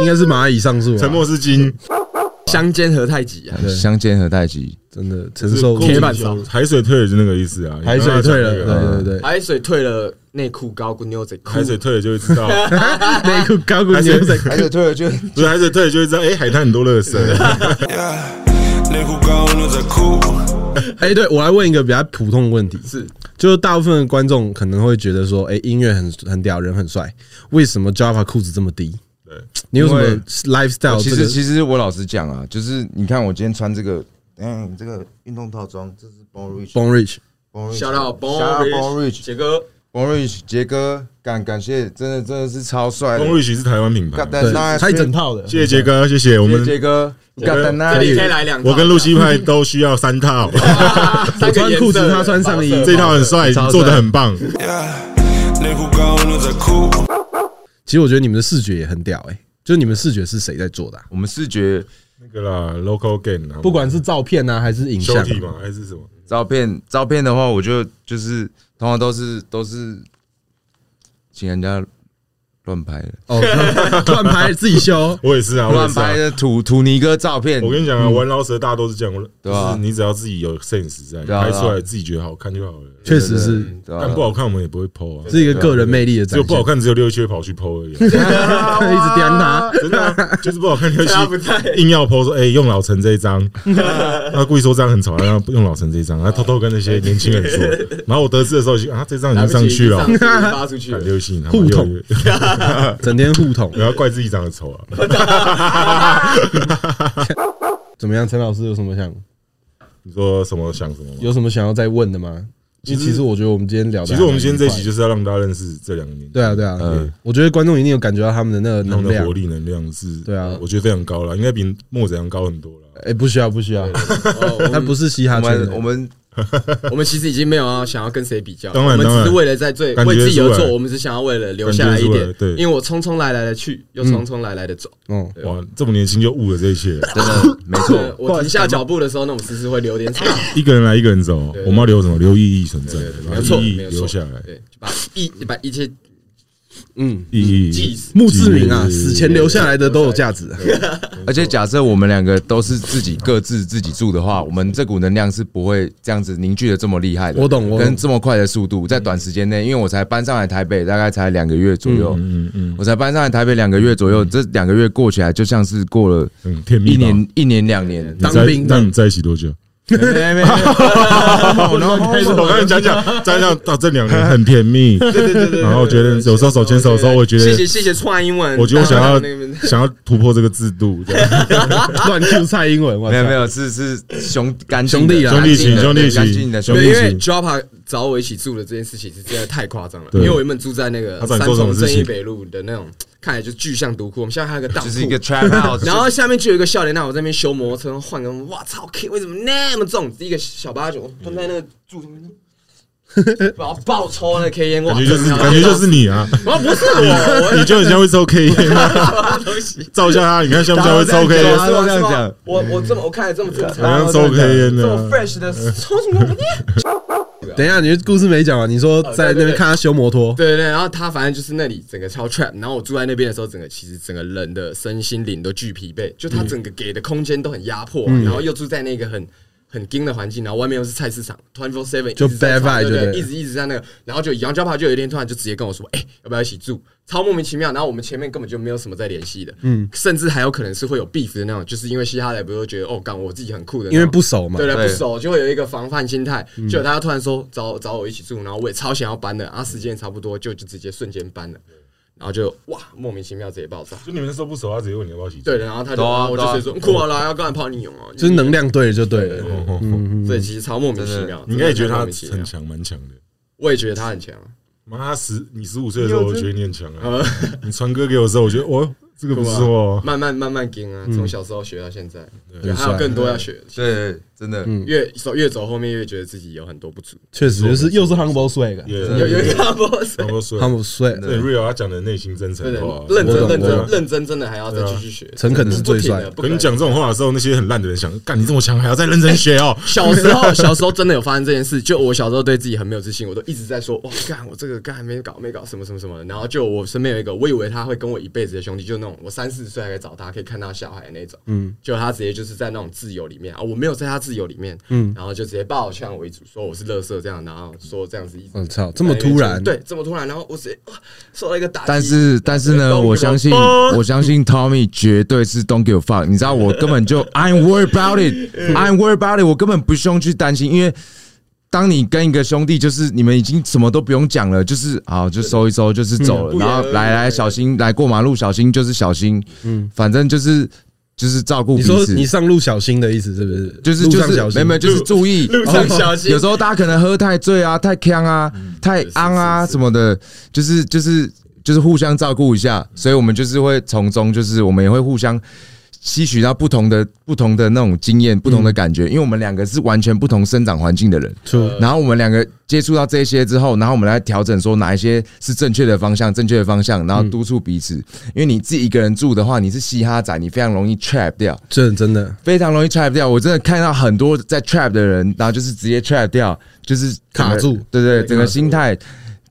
S2: 应该是蚂蚁上树啊，
S3: 沉默是金，
S4: 相煎何太急啊！
S5: 相煎何太急，
S2: 真的承受
S4: 铁板烧
S3: 海水退了就那个意思啊，
S2: 海水退了，
S3: 你刚刚讲那个
S2: 对对对，
S4: 海水退了，内裤高跟牛仔裤
S3: 海。水退了就会知道，
S2: 内裤哎高跟
S3: 海
S2: 牛
S3: 水
S2: 仔，
S5: 而且退了就
S3: 不是海水退了就会知道，哎，海滩很多垃圾，
S8: 内裤高了在哭，
S2: 哎，对我来问一个比较普通的问题，
S4: 是
S2: 就是大部分的观众可能会觉得说，哎，音乐很很屌，人很帅，为什么 Java 裤子这么低？
S3: 对，
S2: 你有什
S5: 因
S2: 么
S5: 为
S2: lifestyle？
S5: 其
S2: 这
S5: 实
S2: 个
S5: 其实我老实讲啊，就是你看我今天穿这个，嗯，你这个运动套装，这是 Born Rich。
S2: Born Rich，
S5: Born
S4: 小到
S5: Shout out Born
S4: Born
S5: Rich
S4: Rich，杰哥
S5: Born Rich 杰哥，感感谢，真的真的是超帅的。
S3: 龚瑞奇是台湾品牌
S5: God，damn
S2: 对，
S5: nice
S2: 他一整套的，
S3: 谢谢杰哥，谢谢我
S5: 谢
S3: 们
S5: 谢，杰哥，God
S3: 我
S5: damn
S3: 跟
S4: 这里可以
S5: nice。
S4: 来两套。
S3: 我跟露西派都需要三套，
S5: 啊
S4: 我
S2: 我穿裤子，他穿上衣，
S3: 这套很帅，
S2: 超帅
S3: 做的很
S5: [laughs]
S3: 棒，
S8: 内裤高了在哭。
S2: 其实我觉得你们的视觉也很屌哎、就是你们视觉是谁在做的啊、
S5: 我们视觉
S3: 那个啦，local gain 啊，
S2: 不管是照片啊还是影像
S3: 修
S2: 啊，
S3: 体嘛还是什么，
S5: 照片照片的话，我就就是通常都是都是请人家乱拍的，
S2: 哦， [laughs] 乱拍自己修，
S3: 我也是啊，我也
S5: 乱
S3: 是啊
S5: 拍的土土尼哥照片
S3: 我。跟你讲啊，玩饶舌大家都是这样，
S5: 对
S3: 就
S5: 啊
S3: 是你只要自己有 sense 在，
S5: 对啊
S3: 拍出来自己觉得好看就好了。
S2: [laughs] 确实是
S5: 对啊吧
S3: 但不好看我们也不会 PO 啊，
S2: 是一个个人魅力的
S3: 只
S2: 展现，
S3: 有不好看只有六七会跑去 PO 而已
S2: [laughs]
S3: 啊，
S2: 一直颠他，
S3: 真的啊就是不好看六
S4: 他不在
S3: 七硬要 PO 说，哎，用老陈这一张，他故意说这样很丑，然后用老陈这一张，他偷偷跟那些年轻人说，
S2: [laughs]
S3: 然后我得知的时候就啊，这张已
S4: 来
S3: 经
S4: 不
S3: 上去
S4: 及
S3: 了
S4: 上。去发
S3: [laughs]
S4: 出去了
S3: 看。六七，
S2: 互捅，
S3: 啊
S2: 整天互捅
S3: [laughs] 不，要怪自己长得丑啊！
S2: 怎么样？陈老师有什么想
S3: 你说什么想什么吗？
S2: 有什么想要再问的吗？因为其实我觉得我们今天聊得
S3: 其
S2: 还蛮愉快的，
S3: 实我们今天这一集就是要让大家认识这两个年轻人
S2: 对啊对啊，
S5: 嗯
S2: 我觉得观众一定有感觉到他们的那个
S3: 他
S2: 能
S3: 们的
S2: 量
S3: 活，力能量是，
S2: 对啊
S3: 我觉得非常高了，应该比莫子阳高很多了。
S2: 哎，不需要不需要，他不是嘻哈
S5: 我
S2: 圈
S5: 们
S2: 的
S5: 我，们
S4: 哦我们其实已经没有要想要跟谁比较，
S3: 当然
S4: 我们只
S3: 当
S4: 是
S3: 然
S4: 为了在最
S3: 感觉
S4: 为自己而
S3: 出来
S4: 做，我们只想要为了留下来一
S3: 感觉出
S4: 点
S3: 来。对
S4: 因为我匆匆来来的去，又匆匆来来的走。
S2: 嗯，
S3: 哇，这么年轻就悟了这一切，
S5: 真的没
S4: 对
S5: 错，
S4: 呃我停下脚步的时候，那种思思会留点草，
S3: 一个人来一个人走，
S4: 对
S3: 我们要留什么？留意义存在
S4: 对对，对
S3: 把
S4: 没有错，
S3: 意义
S4: 没有错
S3: 留下来，
S4: 对，就把一把一切
S3: 意
S4: 记
S3: 义
S4: 死。
S2: 嗯墓志铭啊，
S3: 记
S2: 死前留下来的都有价值。
S5: 而且假设我们两个都是自己各自自己住的话，我们这股能量是不会这样子凝聚的这么厉害的。
S2: 我懂我懂
S5: 跟这么快的速度，在短时间内，因为我才搬上来台北，大概才两个月左右，
S3: 嗯嗯
S5: 我才搬上来台北两个月左右，这两个月过起来就像是过了
S3: 嗯，甜蜜
S5: 一
S3: 吧
S5: 年一年两年。
S3: 你在
S2: 当兵的
S3: 那你在一起多久？
S5: 没没没，
S3: 我跟你讲讲讲讲，到这两年很甜蜜，对对对然后我觉得有时候手牵手的时候，我觉
S4: 谢
S3: 得
S4: 谢谢谢串英文，
S3: 我觉得我想要
S4: 当然那个
S3: 想要突破这个制度，这样
S2: [laughs] 乱 Q 蔡英文，我
S5: 没有没
S2: 有，
S5: 有，是是兄干净
S2: 兄弟
S5: 的
S2: 啊
S3: 兄弟情，兄
S5: 干净的
S3: 弟情，
S5: 干净的
S3: 兄
S4: [laughs]
S5: 兄
S4: 对，
S3: 弟
S4: 因
S5: 弟。
S4: 为
S3: 情，
S4: Joppa 找我一起住的这件事情是真的太夸张了，
S3: 对
S4: 因为我原本住在那个
S3: 他找
S4: 三
S3: 你做什么
S4: 重
S3: 事情
S4: 正义北路的那种，看起来就巨像独库，我们现在还有个当
S5: 就是一个
S4: 铺。
S5: trap house，
S4: 然后下面就有一个笑脸，那我在那边修摩托车，换个哇操，K 为什么那么重？一个小八九蹲在那个柱子
S3: [laughs]
S4: 上面，然后爆抽那个 K 烟，哇
S3: 感觉就是
S4: 真的
S3: 感觉就是你啊，
S4: 啊，不是我，
S3: 你
S4: 我
S3: 就很像会抽 K 烟啊，照一下他，你看像不像会抽 K 烟？
S5: 大家都这样讲，
S4: 我我这么我看着这么正
S3: 好像
S4: 常，
S3: 抽 K 烟
S4: 这
S3: 的
S4: 么
S3: 啊，
S4: fresh 的，抽什么东西？
S2: 等一下，你的故事没讲完，你说在那
S4: 哦对对
S2: 边
S4: 对
S2: 看他修摩托，
S4: 对对对，然后他反正就是那里整个超 trap，然后我住在那边的时候，整个其实整个人的身心灵都巨疲惫，就他整个给的空间都很压迫、然后又住在那个很。很惊的环境，然后外面又是菜市场，twenty four seven
S2: 就 bad vibe 就
S4: 对，
S2: 对
S4: 一直一直在那个，然后就杨家帕就有一天突然就直接跟我说，哎、要不要一起住？超莫名其妙。然后我们前面根本就没有什么在联系的，嗯，甚至还有可能是会有 beef 的那种，就是因为嘻哈来不是觉得哦，干我自己很酷的那种，
S2: 因为不熟嘛
S4: 对。对，
S5: 对
S4: 不熟就会有一个防范心态。结果他突然说找找我一起住，然后我也超想要搬的，然啊后时间也差不多，就就直接瞬间搬了，然后就哇莫名其妙直接爆炸。
S3: 就你们那时候不熟，他直接问你要不要一起。
S4: 对，然后他就
S5: 对啊
S4: 然后我就
S5: 对啊
S4: 直接说酷啊，来要干嘛泡你泳哦，
S2: 就是能量对了就哦对了，
S4: 所以其实超莫名其妙。
S3: 你应该也觉得他
S4: 哦真的莫名其妙
S3: 很，强，蛮强的。
S4: 我也觉得他很强。啊
S3: 妈，他十你十五岁的时候，我觉得你很强啊。 [laughs] 你传歌给我的时候，我觉得哦，这个不错哦。
S4: 慢慢慢慢跟啊，从小时候学到现在，对，
S2: 很
S4: 还
S2: 帅
S4: 有更多要学。
S5: 对，真的，
S4: 越走越走后面越觉得自己有很多不足，
S2: 确实就是又是 humble swag，啊
S4: 有有
S3: 有
S4: 一个阿波
S3: 差不多说，
S2: humble swag，
S3: 对 real 他讲的内心真诚
S4: 真的
S3: 话，
S2: 我
S4: 认真
S2: 懂
S4: 认
S2: 我
S4: 真
S2: 懂
S4: 认真，真的还要再继续学，
S2: 诚恳是
S4: 不
S2: 最
S4: 停
S2: 帅
S4: 的。。
S3: 可
S4: 不可
S3: 你
S4: 能
S3: 讲这种话的时候，那些很烂的人想，干你这么强，还要再认真学哦。
S4: 小时候，小时候真的有发生这件事。就我小时候对自己很没有自信，我都一直在说，哇，干我这个干还没搞没搞什么什么什么的。然后就我身边有一个，我以为他会跟我一辈子的兄弟，就那种我三四十岁还可以找他，可以看到小孩的那种。嗯，就他直接就是在那种自由里面啊，我没有在他自由里面，嗯，然后就直接抱向为主，说我是乐色这样，然后说这样子一直。
S2: 我
S4: 哎
S2: 哦操，嗯这么突然，
S4: 对，这么突然，然后我直接哇受到一个打击。
S5: 但是但是呢，我相信我相信 Tommy 绝对是 Don't give a fuck。你知道我根本就 I'm worried about it，I'm worried about it，我根本不用去担心，因为当你跟一个兄弟，就是你们已经什么都不用讲了，就是好就收一收，就是
S2: 嗯
S5: 走了，
S4: 不言
S5: 然后
S4: 而喻
S5: 来来小心，来过马路小心就是小心，嗯，反正就是就是照顾
S2: 你
S5: 彼
S2: 说
S5: 此
S2: 你。上路小心的意思是不是？
S5: 就是
S2: 路
S5: 就
S2: 上
S5: 是
S2: 小
S5: 没
S2: 心，
S5: 有没有就是注意
S4: 路上小心
S5: 有时候大家可能喝太醉啊、太呛啊、
S2: 嗯
S5: 太昂啊什么的，就是就是就是互相照顾一下，所以我们就是会从中，就是我们也会互相。吸取到不同的不同的那种经
S2: 嗯
S5: 验，不同的感觉，因为我们两个是完全不同生长环境的人，
S4: 呃
S2: True
S5: 然后我们两个接触到这些之后，然后我们来调整说哪一些是正确的方向，正确的方向，
S2: 嗯
S5: 然后督促彼此。因为你自己一个人住的话，你是嘻哈仔，你非常容易 trap 掉，
S2: 真的真的
S5: 非常容易 trap 掉。我真的看到很多在 trap 的人，然后就是直接 trap 掉，就是整个
S2: 卡住
S5: 对对，整个心态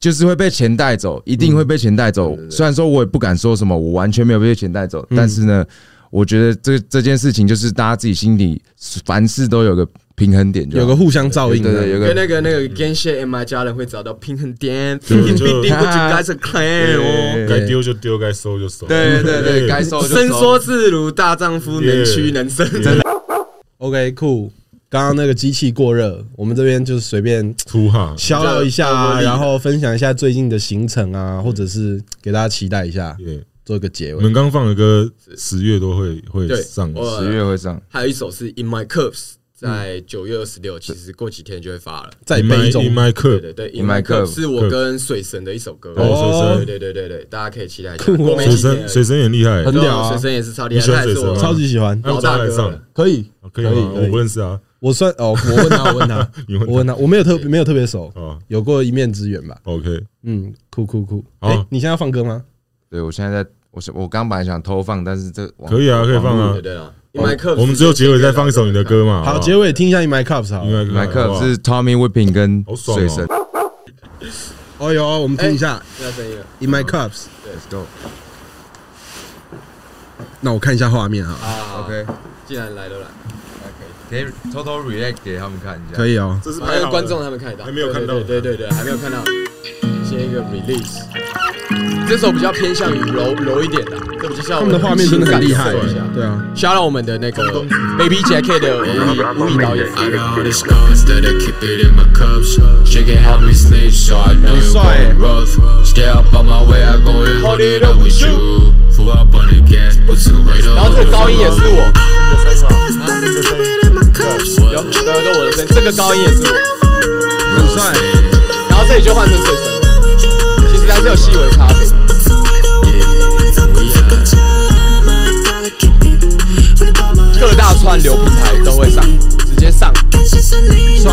S5: 就是会被钱带走，一定会被钱带走。虽然说我也不敢说什么，我完全没有被钱带走，但是呢，我觉得这这件事情就是大家自己心里凡事都有个平衡点就好，
S2: 有个互相照应
S5: 对对
S2: 的，
S5: 有
S4: 跟那
S5: 个。
S4: 个那个 g a n s h a and my 家人会找到平衡点，平衡
S3: 就
S4: 必定不就 guys are clan 哦。
S3: 该丢就丢，该收就收。
S5: 对对对，该收就收
S4: 伸缩自如，大丈夫能屈
S3: Yeah
S4: 能伸。
S2: OK，酷。刚刚那个机器过热，我们这边就是随便
S3: 出哈，
S2: 消劳一下
S4: [laughs] 比较
S2: 啊，
S4: 比较
S2: 然后分享一下最近的行程啊，或者是给大家期待一下，
S3: 耶
S2: 做一个结
S3: 我
S2: 尾。
S3: 们刚放的歌，十月都会会
S4: 对
S3: 上。
S4: 我
S5: 十月会上，
S4: 还有一首是 In My Cups，在
S3: 嗯
S4: 九月二十六，其实过几天就会发了。
S2: 再
S3: In
S2: 背
S3: my
S2: 一种
S3: in my
S4: 对
S3: club，
S4: 对对
S5: In
S4: ，In My
S5: My Cups
S4: Cups 是我跟水神的一首歌。
S3: 哦
S4: 对对对对对，大家可以期待一下。
S2: 酷哦
S4: 后面
S3: 水
S4: 几天
S3: 神水神也很厉害，
S2: 很屌啊
S4: 水神也是超厉害，
S3: 你喜欢
S4: 他也是
S3: 水神
S4: 我
S3: 吗
S2: 超级喜欢，
S3: 还有
S4: 老大
S3: 招
S4: 哥
S3: 来上
S4: 了，
S2: 可以
S3: 可以吗？我不认识啊，
S2: 我算哦，我问他，我问他
S3: 你问他
S2: 我问他，我没有特没有特别熟
S3: 哦，
S2: 有过一面之缘吧。
S3: OK，
S2: 嗯，酷酷酷。
S3: 好
S2: 哎，你现在要放歌吗？
S5: 对我现在在，我是我刚本来想偷放，但是这
S3: 可以啊，可以放啊
S4: 对。对啊，因为克
S3: 我们只有结尾再放一首你的，歌嘛。
S2: 好，结尾听一下《In My Cups》好了。
S3: 尾
S5: 麦克是 Tommy Whipping 跟
S3: 好爽哦
S5: 水神
S2: 哦哟，我们听一下
S4: 那声音了，
S2: 《In My Cups》。
S5: ，Let's go。
S2: 那我看一下画面啊，
S4: 啊
S5: OK，
S4: 既然来都来，
S5: 可以偷偷 react 给他们看一下。
S2: 可
S5: 以，
S2: 以哦。
S3: 这是
S4: 还
S3: 拍
S4: 有
S3: 好
S4: 观众他们看得到，
S3: 还没有看到
S4: 对对对对，对还没有看到，先一个 release。这首比较偏向于柔柔一点的，这比较像
S2: 他
S4: 我
S2: 们的画面真的很厉害
S4: 情感色调。
S2: 对啊，
S4: shout out 我们的那个 Baby Jacket 的吴宇吴宇导演，
S9: I got all these guns that I keep it in my cups. She can help me sleep, so I know you going rough. Stay up on my way, I go and hold it up with you. Full up on the gas, put some weight
S4: 然后
S9: on
S4: 这个高音也是
S9: the
S4: 我，有
S9: floor.
S4: 有有有我的声音，这个高音也是我，
S2: 很帅。
S4: 然后这里就换成水声了，其实还是有细微的差别。各大串流平台都会上，直接上。
S2: 帅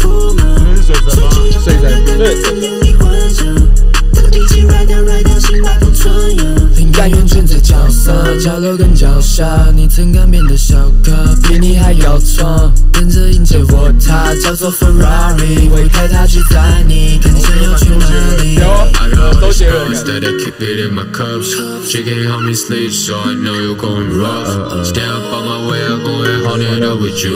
S4: 所以呢，对，
S9: 灵感源卷在脚上，角落跟脚下，你曾干变得小咖，比你还要壮，跟着迎接我他，叫做 Ferrari，我开它去载你，看见要去哪里。
S4: 周杰伦
S9: That I keep it in my cups. She can't help me sleep, so I know you're going rough. Stay up on my way, I'm going hold it up with you.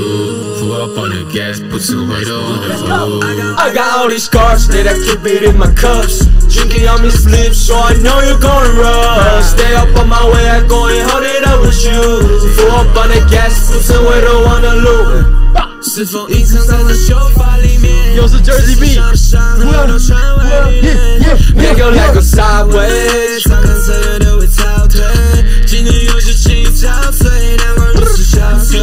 S9: Full up on the gas, put some weight on the floor.
S6: I got all these cards that I keep it in my cups. Drinking on me sleep, so I know you're going rough. Stay up on my way, I go and hold it up with you. Full up on the gas, 不是为了wanna lose.
S9: 是否隐藏在这秀发里面？
S2: 又是 Jersey B，
S6: Nigga like a sideways.
S9: 常看所有的会倒退，今天又是情绪憔悴，难怪如此憔悴。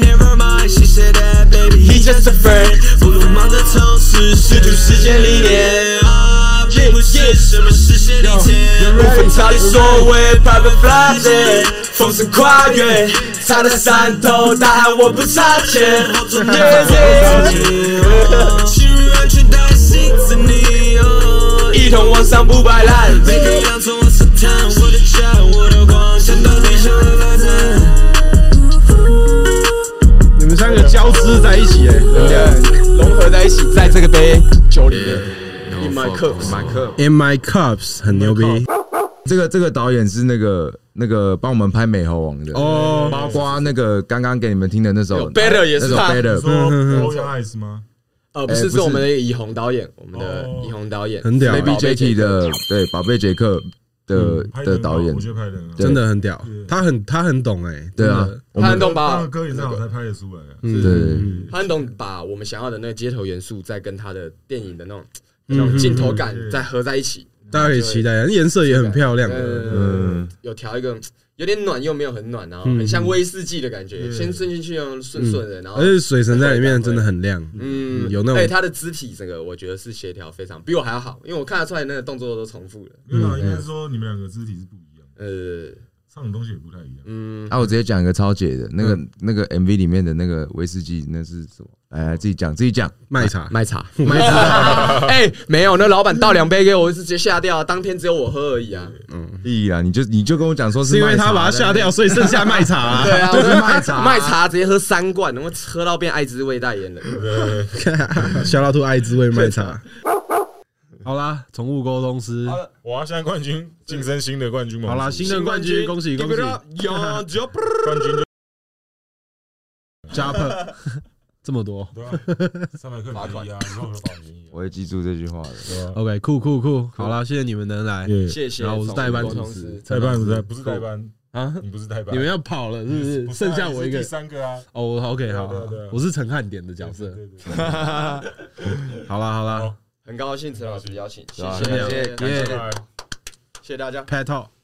S9: Never mind，she said that baby
S6: He just a friend.
S9: 不如忙着充实，试图实现理念。啊，并不是什么实现理念。
S6: 无法逃离所谓 private flight，风声跨越，他的山头大喊我不差钱。Yeah, yeah
S9: 系安全带系着你哦，
S6: 一同往上不摆烂。
S9: 每个洋葱我试探，我的家我的光，想到底想的发展。
S2: 你们三个交织在一起哎。
S4: 融合在一起，在这个杯酒里面。In my cups，
S5: 麦克，
S2: In My Cups 很牛逼
S5: 这个这个导演是那个那个帮我们拍《美猴王》的哦，
S2: 哦，
S5: 包括那个刚刚给你们听的那首
S4: 有 Better 也是
S5: 那首
S3: 嗯
S4: 他
S5: Better，
S3: 说 o y Eyes 吗？
S4: 呃，不
S5: 哎
S4: 是，
S5: 不
S4: 是
S5: 是
S4: 我们的以红导演，我们的
S3: 哦
S4: 以红导演
S2: 很屌
S4: 是宝
S5: Baby
S4: 贝
S5: Jacky 的对《宝贝杰克》的
S3: 嗯拍得很
S5: 的
S3: 好
S5: 导演
S3: 我，觉得拍的很好。
S5: 对
S2: 真的很屌，他很他很懂哎、
S5: 对啊
S2: 真的，
S5: 我
S4: 他很
S5: 们
S4: 懂
S3: 他
S4: 把
S3: 的歌也是好才拍得出来啊。
S2: 嗯
S5: 对
S4: 他很懂把我们想要的那个街头元素，再跟他的电影的那种那种镜头感
S3: 嗯
S4: 再合在一起，
S2: 大家可以期待一下，啊颜色也很漂亮。
S4: 嗯，有调一个有点暖又没有很暖，然后很像威士忌的感觉，先顺进去用顺顺的，然后
S2: 而且水神在里面真的很亮，
S4: 嗯
S2: 有那种
S4: 哎，他的肢体整个我觉得是协调非常比我还要好，因为我看得出来那个动作都重复了，
S3: 没有啊，应该是说你们两个肢体是不一样，的，
S4: 呃，
S3: 唱的东西也不太一样。
S4: 嗯，
S5: 啊，我直接讲一个超解的，那个那个 MV 里面的那个威士忌，那是什么？来来，自己讲，自己讲。
S2: 卖茶
S4: 卖茶，卖茶， [laughs] 哎，没有，那老板倒两杯给我，我就直接下掉，当天只有我喝而已啊，
S5: 屁啦，你就你就跟我讲说嗯是
S2: 是因为
S5: 卖
S2: 他
S5: 茶
S2: 把它
S5: 的
S2: 下掉，所以剩下卖茶、 [laughs]
S4: 对啊，
S5: 就是卖
S4: [laughs]
S5: 茶
S4: 卖茶直接喝三罐，然后喝到变艾滋味代言人，
S2: 小老兔爱滋味卖茶。好啦，宠物沟通师，
S3: 哇，现在冠军晋升新的冠军嘛？
S2: 好啦，新任冠军，恭喜恭喜
S4: Give it up, yo, jump
S3: 冠军就
S2: ，Jump，这 [laughs] 么多
S3: 对啊，三百克
S4: 罚
S3: 罚
S4: 款
S3: 款啊，你说我罚款一样
S5: 我会记住这句话的。
S2: ，OK，酷酷酷，好啦，谢谢你们能来，
S3: 啊耶
S4: 谢谢。
S2: 然后我是代班主持
S4: 持，
S3: 代班不是代不是代班，
S2: 啊，
S3: 你不是代
S2: [laughs]
S3: 班，
S2: 你们要跑了是不是？
S3: 嗯不是啊
S2: 剩下我一
S3: 你
S2: 个
S3: 是第，三个啊。
S2: 哦我，OK，好
S3: 对啊对啊，
S2: 我是陈汉典的角色，
S3: 对对 [laughs] 对，
S2: 好啦好啦
S3: 好
S4: 很高兴陈老师邀请，谢
S5: 啊
S4: 谢，谢谢
S2: 耶
S4: 谢谢大家。
S2: ，Pat Talk。